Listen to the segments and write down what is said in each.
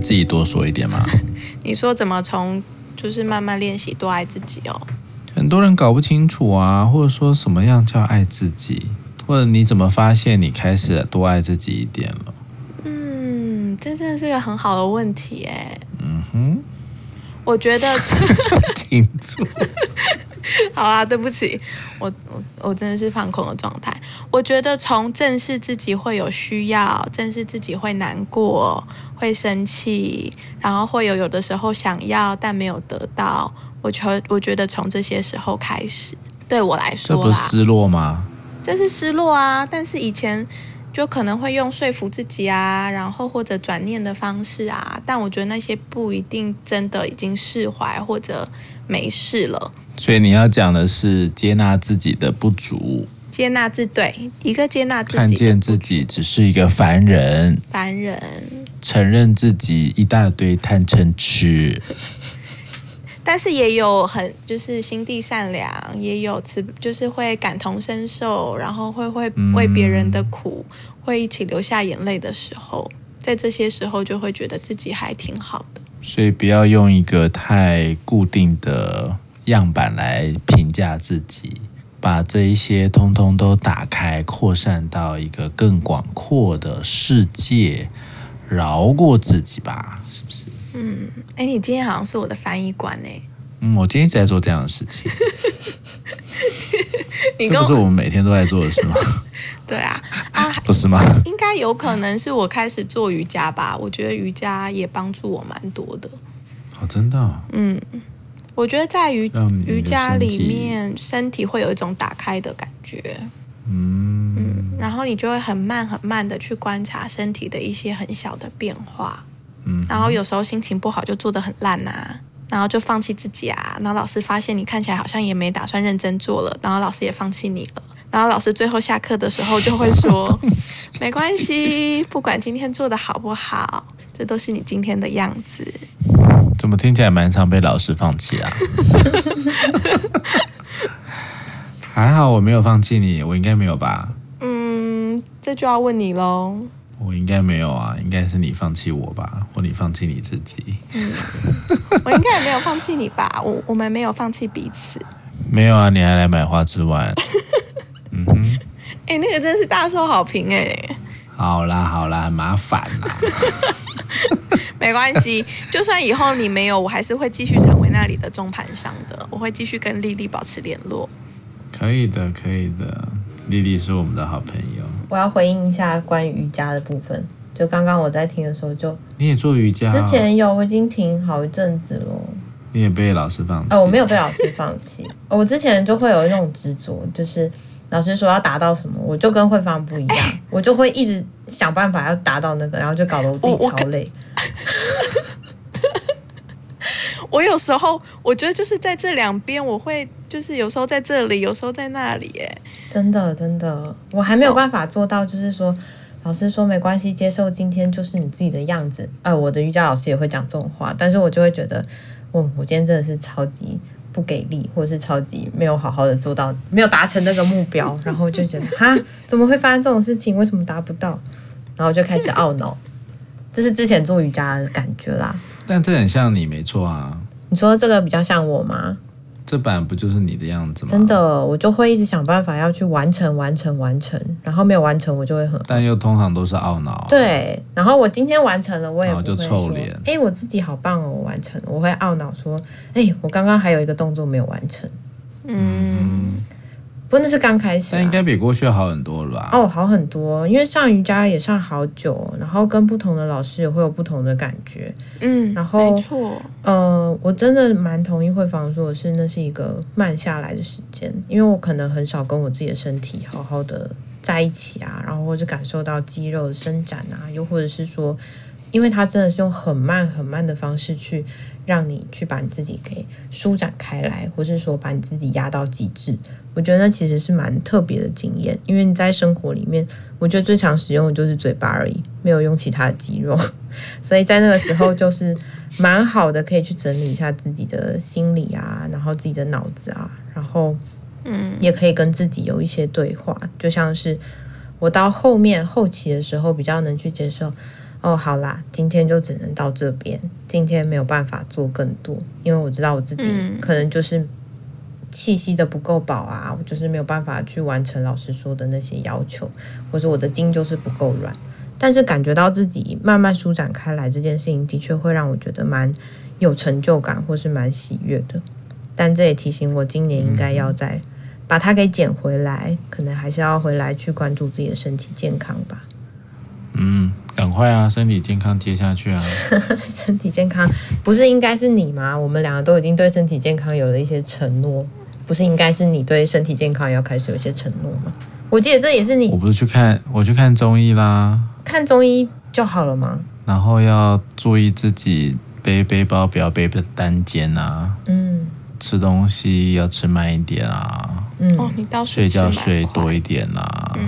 自己多说一点吗？你说怎么从就是慢慢练习多爱自己哦？ 很多人搞不清楚啊，或者说什么样叫爱自己，或者你怎么发现你开始多爱自己一点 了？嗯，这真的是个很好的问题哎。嗯哼，我觉得， 挺住。好啦，对不起，我我我真的是放空的状态。我觉得从正视自己会有需要，正视自己会难过，会生气，然后会有有的时候想要但没有得到。我觉我觉得从这些时候开始，对我来 这说不啦，是失落吗？这是失落啊，但是以前就可能会用说服自己啊，然后或者转念的方式啊，但我觉得那些不一定真的已经释怀或者没事了。所以你要讲的是接纳自己的不足，接纳自对，一个接纳自看己见自己只是一个凡人，凡人，承认自己一大堆贪嗔痴。但是也有很就是心地善良，也有慈，就是会感同身受，然后会会嗯为别人的苦、会一起流下眼泪的时候，在这些时候就会觉得自己还挺好的。所以不要用一个太固定的样板来评价自己，把这一些通通都打开，扩散到一个更广阔的世界，饶过自己吧，是不是？哎，你今天好像是我的翻译官哎，嗯，我今天一直在做这样的事情， 你这跟不是我我们每天都在做的事吗？对啊 啊，不是吗？应该有可能是我开始做瑜伽吧，我觉得瑜伽也帮助我蛮多的。哦，真的哦、我觉得在瑜让你的瑜伽里身体面，身体会有一种打开的感觉，嗯然后你就会很慢很慢的去观察身体的一些很小的变化。嗯，然后有时候心情不好就做的很烂啊，然后就放弃自己啊，然后老师发现你看起来好像也没打算认真做了，然后老师也放弃你了。然后老师最后下课的时候就会说：“没关系，不管今天做的好不好，这都是你今天的样子。怎么听起来蛮常被老师放弃 啊？ 还好我没有放弃你，我应该没有吧？”嗯，这就要问你喽。我应该没有啊，应该是你放弃我吧，或你放弃你自己。 我应该也没有放弃你吧？我我们没有放弃彼此。没有啊，你还来买花枝丸？ 哎、那个真是大受好评哎、好啦好啦，很麻烦啦。 没关系，就算以后你没有，我还是会继续成为那里的中盘商的。我会继续跟丽丽保持联络。可以的，可以的。丽丽是我们的好朋友，我要回应一下关于瑜伽的部分。就刚刚我在听的时候就，你也做瑜啊伽、啊之，前有我已经停好一阵子了。你也被老师放弃。呃，我没有被老师放弃，哦我之前就会有一种执着，就是老师说要达到什么，我就跟慧芳不一样，我就会一直想办法要达到那个，然后就搞得我自己我我超跟累。我有时候我觉得就是在这两边，我会就是有时候在这里，有时候在那里。哎，真的真的，我还没有办法做到，就是说，老师说没关系，接受今天就是你自己的样子。呃，我的瑜伽老师也会讲这种话，但是我就会觉得，我我今天真的是超级不给力，或者是超级没有好好的做到，没有达成那个目标， 然后就觉得哈，怎么会发生这种事情？为什么达不到？然后就开始懊恼，这是之前做瑜伽的感觉啦。但这很像你，没错啊。你说这个比较像我吗？这版不就是你的样子吗？真。的，我就会一直想办法要去完成、完成、完成，然后没有完成，我就会很但又通常都是懊恼、啊。，对，然后我今天完成了，我也然不后会就臭脸哎、诶我自己好棒哦，我完成了，我会懊恼说，哎、我刚刚还有一个动作没有完成，嗯，不过那是刚开始、但应啊。该比过去好很多了吧？哦，好很多，因为上瑜伽也上好久，然后跟不同的老师也会有不同的感觉。嗯，然后没错，呃，我真的蛮同意慧芳说的是，那是一个慢下来的时间，因为我可能很少跟我自己的身体好好的在一起啊，然后或者感受到肌肉的伸展啊，又或者是说，因为它真的是用很慢很慢的方式去让你去把你自己给舒展开来，或是说把你自己压到极致，我觉得那其实是蛮特别的经验，因为你在生活里面，我觉得最常使用的就是嘴巴而已，没有用其他的肌肉，所以在那个时候就是。蛮好的，可以去整理一下自己的心理啊，然后自己的脑子啊，然后嗯，也可以跟自己有一些对话，就像是我到后面后期的时候比较能去接受，哦，哦，好啦，今天就只能到这边，今天没有办法做更多，因为我知道我自己嗯可能就是气息的不够饱啊，我就是没有办法去完成老师说的那些要求，或者我的筋就是不够软。但是感觉到自己慢慢舒展开来这件事情，的确会让我觉得蛮有成就感，或是蛮喜悦的。但这也提醒我，今年应该要再把它给捡回来，可能还是要回来去关注自己的身体健康吧。 嗯，赶快啊，身体健康接下去 啊。身体健康不是应该是你吗？我们两个都已经对身体健康有了一些承诺，不是应该是你对身体健康也要开始有一些承诺吗？我记得这也是我你不是去看，我去看中医啦，看中医就好了吗？然后要注意自己背背包不要背单肩啊，嗯吃东西要吃慢一点啊，哦嗯，你倒睡是吃觉蛮睡快多一点啊，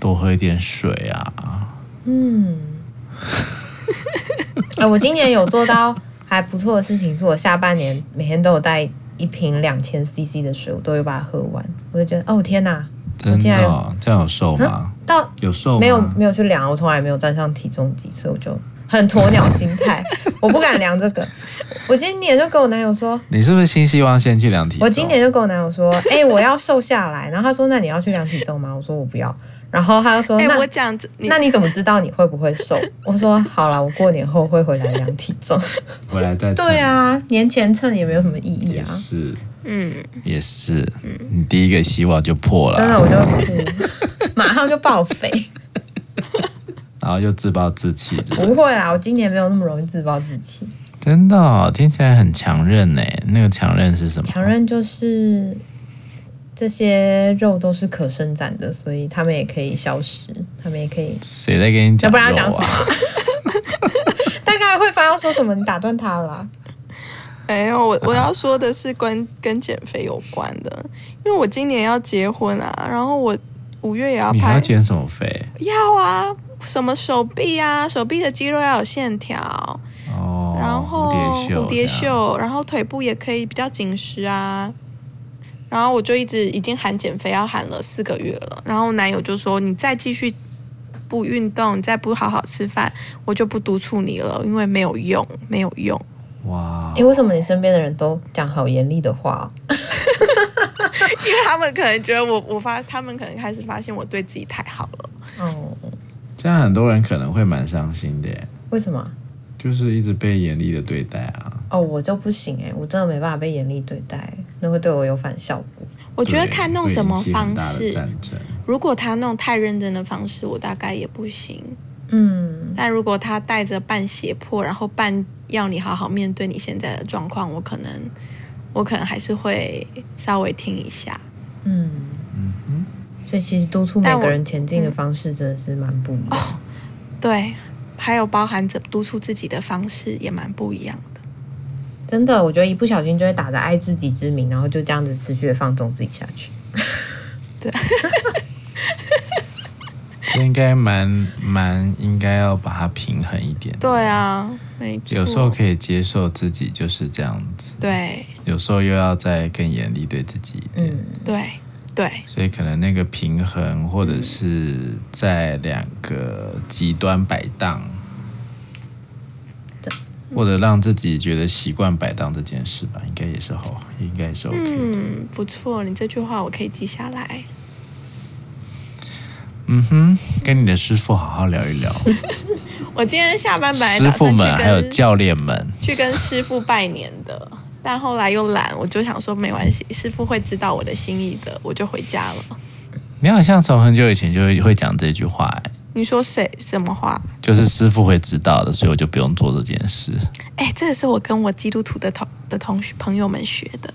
多喝一点水啊。嗯，哎、我今年有做到还不错的事情，是我下半年每天都有带一瓶两千 CC 的水，我都有把它喝完，我就觉得哦天哪，真竟然的哦、这样有瘦吗？到有瘦吗？没有没有去量，我从来没有站上体重机，所以我就很鸵鸟心态，我不敢量这个。我今年就跟我男友说，你是不是新希望先去量体重？我今年就跟我男友说，哎、我要瘦下来。然后他说，那你要去量体重吗？我说我不要。然后他就说，哎、那我讲这你那你怎么知道你会不会瘦？我说好啦，我过年后会回来量体重。 回来再称对，啊，年前称也没有什么意义也啊。是嗯，也是，你第一个希望就破了啊，嗯真的，我就哭，嗯 马上就报废。然后又自暴自弃，不会啊，我今年没有那么容易自暴自弃。真的哦、听起来很强韧呢。那个强韧是什么？强韧就是这些肉都是可伸展的，所以它们也可以消失，它们也可以。谁在跟你讲、肉要不然要讲什啊？么？大概会发要说什么？你打断他了啦。没有，我我要说的是跟跟减肥有关的，因为我今年要结婚啊，然后我五月也要你还啊拍要减什么肥？要啊，什么手臂啊，手臂的肌肉要有线条，哦，然后蝴蝶袖，蝴蝶，袖，然后腿部也可以比较紧实啊。然后我就一直已经喊减肥，要喊了四个月了。然后男友就说：“你再继续不运动，你再不好好吃饭，我就不督促你了，因为没有用，没有用。 哇诶、，为什么你身边的人都讲好严厉的话、哦？因为他们可能觉得我，我发，他们可能开始发现我对自己太好了。哦，这样很多人可能会蛮伤心的耶，为什么？就是一直被严厉的对待啊。哦，我就不行诶、我真的没办法被严厉对待，那会对我有反效果。我觉得对看弄什么方会引起很式大的，战争如果他弄太认真的方式，我大概也不行。嗯，但如果他带着半胁迫，然后半要你好好面对你现在的状况，我可能我可能还是会稍微听一下。所以其实督促每但个我人前进的方式真的是蛮不一样的。对，还有包含着督促自己的方式也蛮不一样的。真的，我觉得一不小心就会打着爱自己之名，然后就这样子持续的放纵自己下去。这应该蛮蛮应该要把它平衡一点。对啊，没错。有时候可以接受自己就是这样子，对有时候又要再更严厉对自己一点。嗯，对对所以可能那个平衡，或者是在两个极端摆荡，或者让自己觉得习惯摆荡这件事吧，应该也是好，应该也是 OK 的。嗯，不错，你这句话我可以记下来。嗯哼，跟你的师傅好好聊一聊，我今天下班本来师打傅算去们还有跟教练们，去跟师傅拜年的，但后来又懒，我就想说没关系，师傅会知道我的心意的，我就回家了。你好像从很久以前就会会讲这句话、哎，你说谁什么话？就是师傅会知道的，所以我就不用做这件事。哎，这个是我跟我基督徒的同的同学朋友们学的。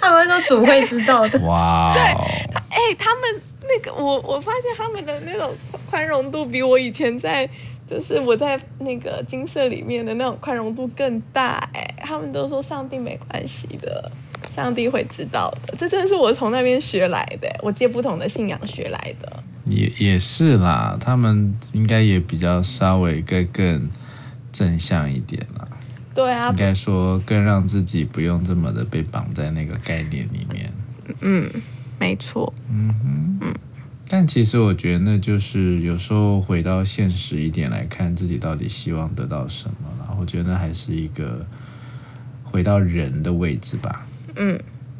他们都主会知道的。哇哦，哎，他们那个我我发现他们的那种宽容度比我以前在就是我在那个金社里面的那种宽容度更大。哎，他们都说上帝没关系的。上帝会知道的，这真的是我从那边学来的，我借不同的信仰学来的。也也是啦，他们应该也比较稍微更更正向一点啦。对啊应，该说更让自己不用这么的被绑在那个概念里面。没错。但其实我觉得，那就是有时候回到现实一点来看，自己到底希望得到什么啦。我觉得那还是一个回到人的位置吧。嗯，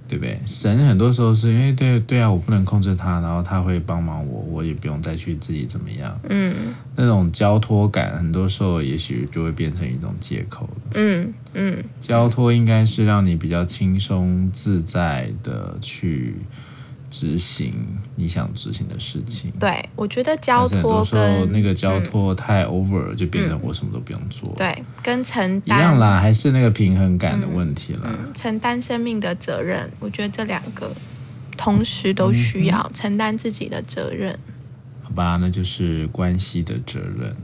对不对？神很多时候是因为对对啊，我不能控制他，然后他会帮忙我，我也不用再去自己怎么样。嗯那种交托感，很多时候也许就会变成一种借口了。嗯嗯交托应该是让你比较轻松自在的去执行你想执行的事情。对，我觉得但交是很多托时候跟那个嗯交托太 over 了，就变成我什么都不用做。，对跟承一样担啦，还是那个平衡感嗯的问题啦。承担生命的责任，我觉得这两个同时都需嗯要承担自己的责任。好吧，那就是关系的责任。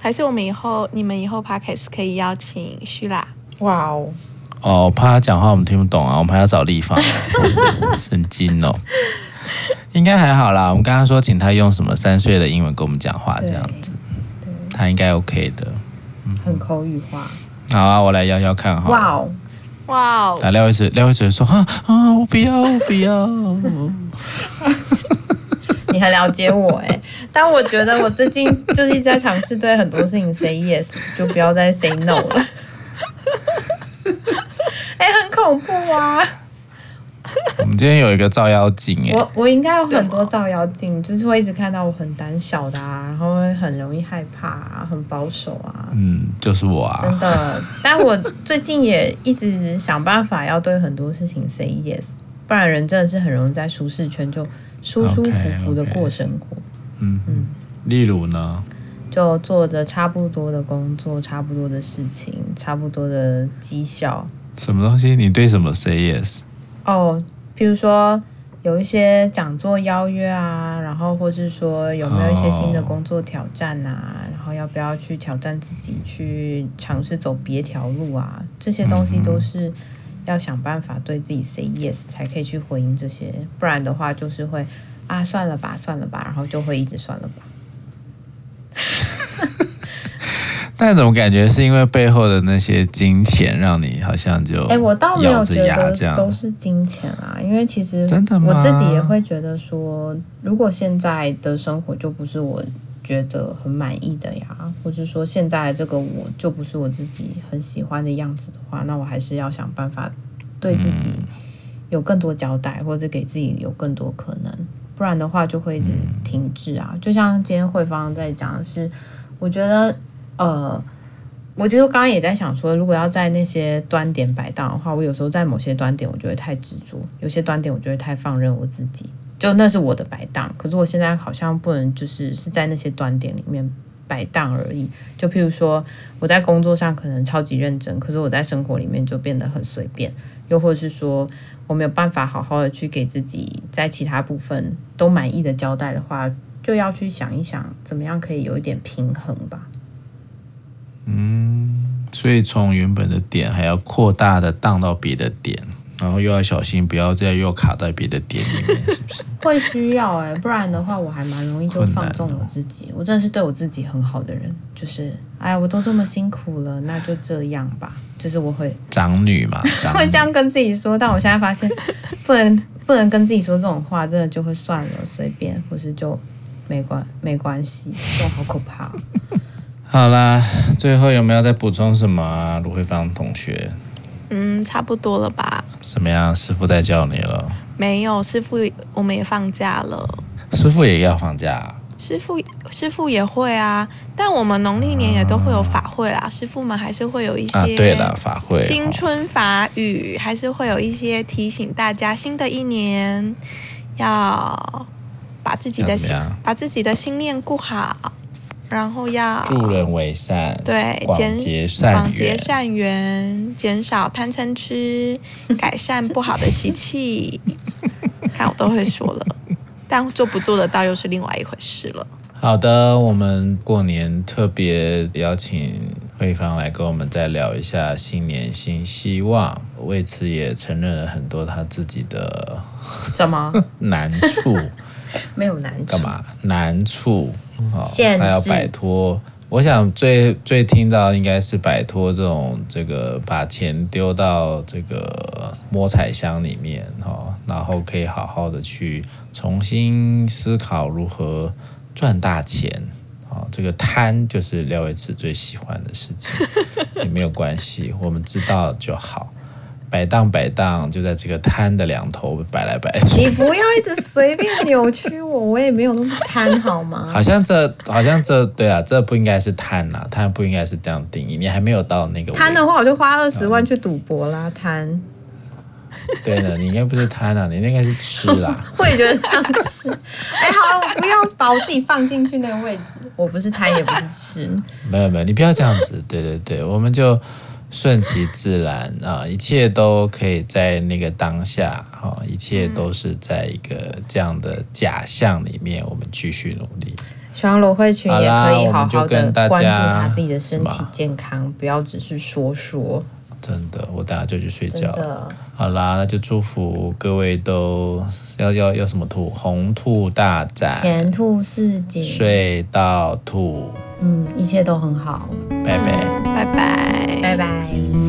还是我们以后你们以后 podcast 可以邀请徐啦，哇哦，哦，怕他讲话我们听不懂啊，我们还要找立方， 神经哦。应该还好啦，我们刚刚说请他用什么三岁的英文跟我们讲话，这对样子，他应该 OK 的。很口语化，好啊，我来邀邀看好了。哇哦，哇哦，啊，廖慧慈，廖慧慈说啊啊，我不要，我不要。 你很了解我哎、但我觉得我最近就是一直在尝试对很多事情 say yes，就不要再 say no 了。哎、很恐怖啊！我们今天有一个照妖镜哎，我我应该有很多照妖镜，就是会一直看到我很胆小的啊，然后会很容易害怕啊，很保守啊，嗯，就是我真啊，的。但我最近也一直想办法要对很多事情 say yes，不然人真的是很容易在舒适圈就舒舒服服的 OK，OK 过生活。嗯嗯。例如呢，就做着差不多的工作，差不多的事情，差不多的绩效。什么东西？你对什么 say yes？哦，譬如说有一些讲座邀约啊，然后或是说有没有一些新的哦工作挑战啊，然后要不要去挑战自己，去尝试走别条路啊，这些东西都是要想办法对自己 say yes 才可以去回应这些，不然的话就是会啊算了吧，算了吧，然后就会一直算了吧。但怎么感觉是因为背后的那些金钱让你好像就哎、我倒没有咬着觉牙这得样都是金钱啊，因为其实真的吗我自己也会觉得说，如果现在的生活就不是我觉得很满意的呀，或者说现在这个我就不是我自己很喜欢的样子的话，那我还是要想办法对自己嗯有更多交代，或者给自己有更多可能，不然的话就会一直停滞啊。就像今天慧芳在讲的是，我觉得呃。我就刚刚也在想说，如果要在那些端点摆荡的话，我有时候在某些端点，我就会太执着；有些端点，我就会太放任我自己。就那是我的摆荡，可是我现在好像不能，就是是在那些端点里面摆荡而已。就譬如说，我在工作上可能超级认真，可是我在生活里面就变得很随便，又或是说我没有办法好好的去给自己在其他部分都满意的交代的话，就要去想一想，怎么样可以有一点平衡吧。所以从原本的点还要扩大的荡到别的点，然后又要小心不要再又卡在别的点里面，是不是？会需要哎、不然的话我还蛮容易就困难放纵我自己。我真的是对我自己很好的人，就是哎，我都这么辛苦了，那就这样吧。就是我会长女 嘛，长会女这样跟自己说，但我现在发现不能不能跟自己说这种话，真的就会算了，随便，或是就没关没关系，就好可怕哦、好啦，最后有没有再补充什么啊？卢慧芳同学，嗯，差不多了吧？怎么样？师傅在叫你了，没有，师傅我们也放假了，师傅也要放假啊、师傅师傅也会啊，但我们农历年也都会有法会啦，师傅们还是会有一些啊？对了，法会新哦春法语还是会有一些提醒大家，新的一年要把自己的要怎心么样把自己的心念顾好，然后要助人为善，对广减结善广结缘，善缘，减少贪嗔痴，改善不好的习 气。看我都会说了，但做不做得到又是另外一回事了。好的，我们过年特别邀请慧芳来跟我们再聊一下新年新希望，为此也承认了很多她自己的 怎么难处，没有难处干？嘛难处？哦限，制她要摆脱。我想最最听到应该是摆脱这种这个把钱丢到这个呃摸彩箱里面哦，然后可以好好的去重新思考如何赚大钱啊、哦。这个贪就是廖伟慈最喜欢的事 情，也没有关系，我们知道就好。摆荡摆荡，就在这个贪的两头摆来摆去。你不要一直随便扭曲我，我也没有那么贪好吗？好像这，好像这，对啊，这不应该是贪啦，贪不应该是这样定义。你还没有到那个贪的位话，我就花二十万去赌博啦，贪。置，对的，你应该不是贪啦，你应该是吃 啦。我也觉得这样 吃。哎、好了，我不要把我自己放进去那个位置。我不是贪，也不是吃。没有没有，你不要这样子。对对对，我们就顺其自然啊，一切都可以在那个当下，哈、一切都是在一个这样的假象里面，我们继续努力。希望罗慧群也可以好好的关注他自己的身好啦我们就跟大体家健康，不要只是说说。真的，我等下就去睡真觉了。的，好啦，那就祝福各位都要要要什么兔？红兔大展，前兔似锦，睡到吐，嗯，一切都很好。拜拜。拜拜。拜拜。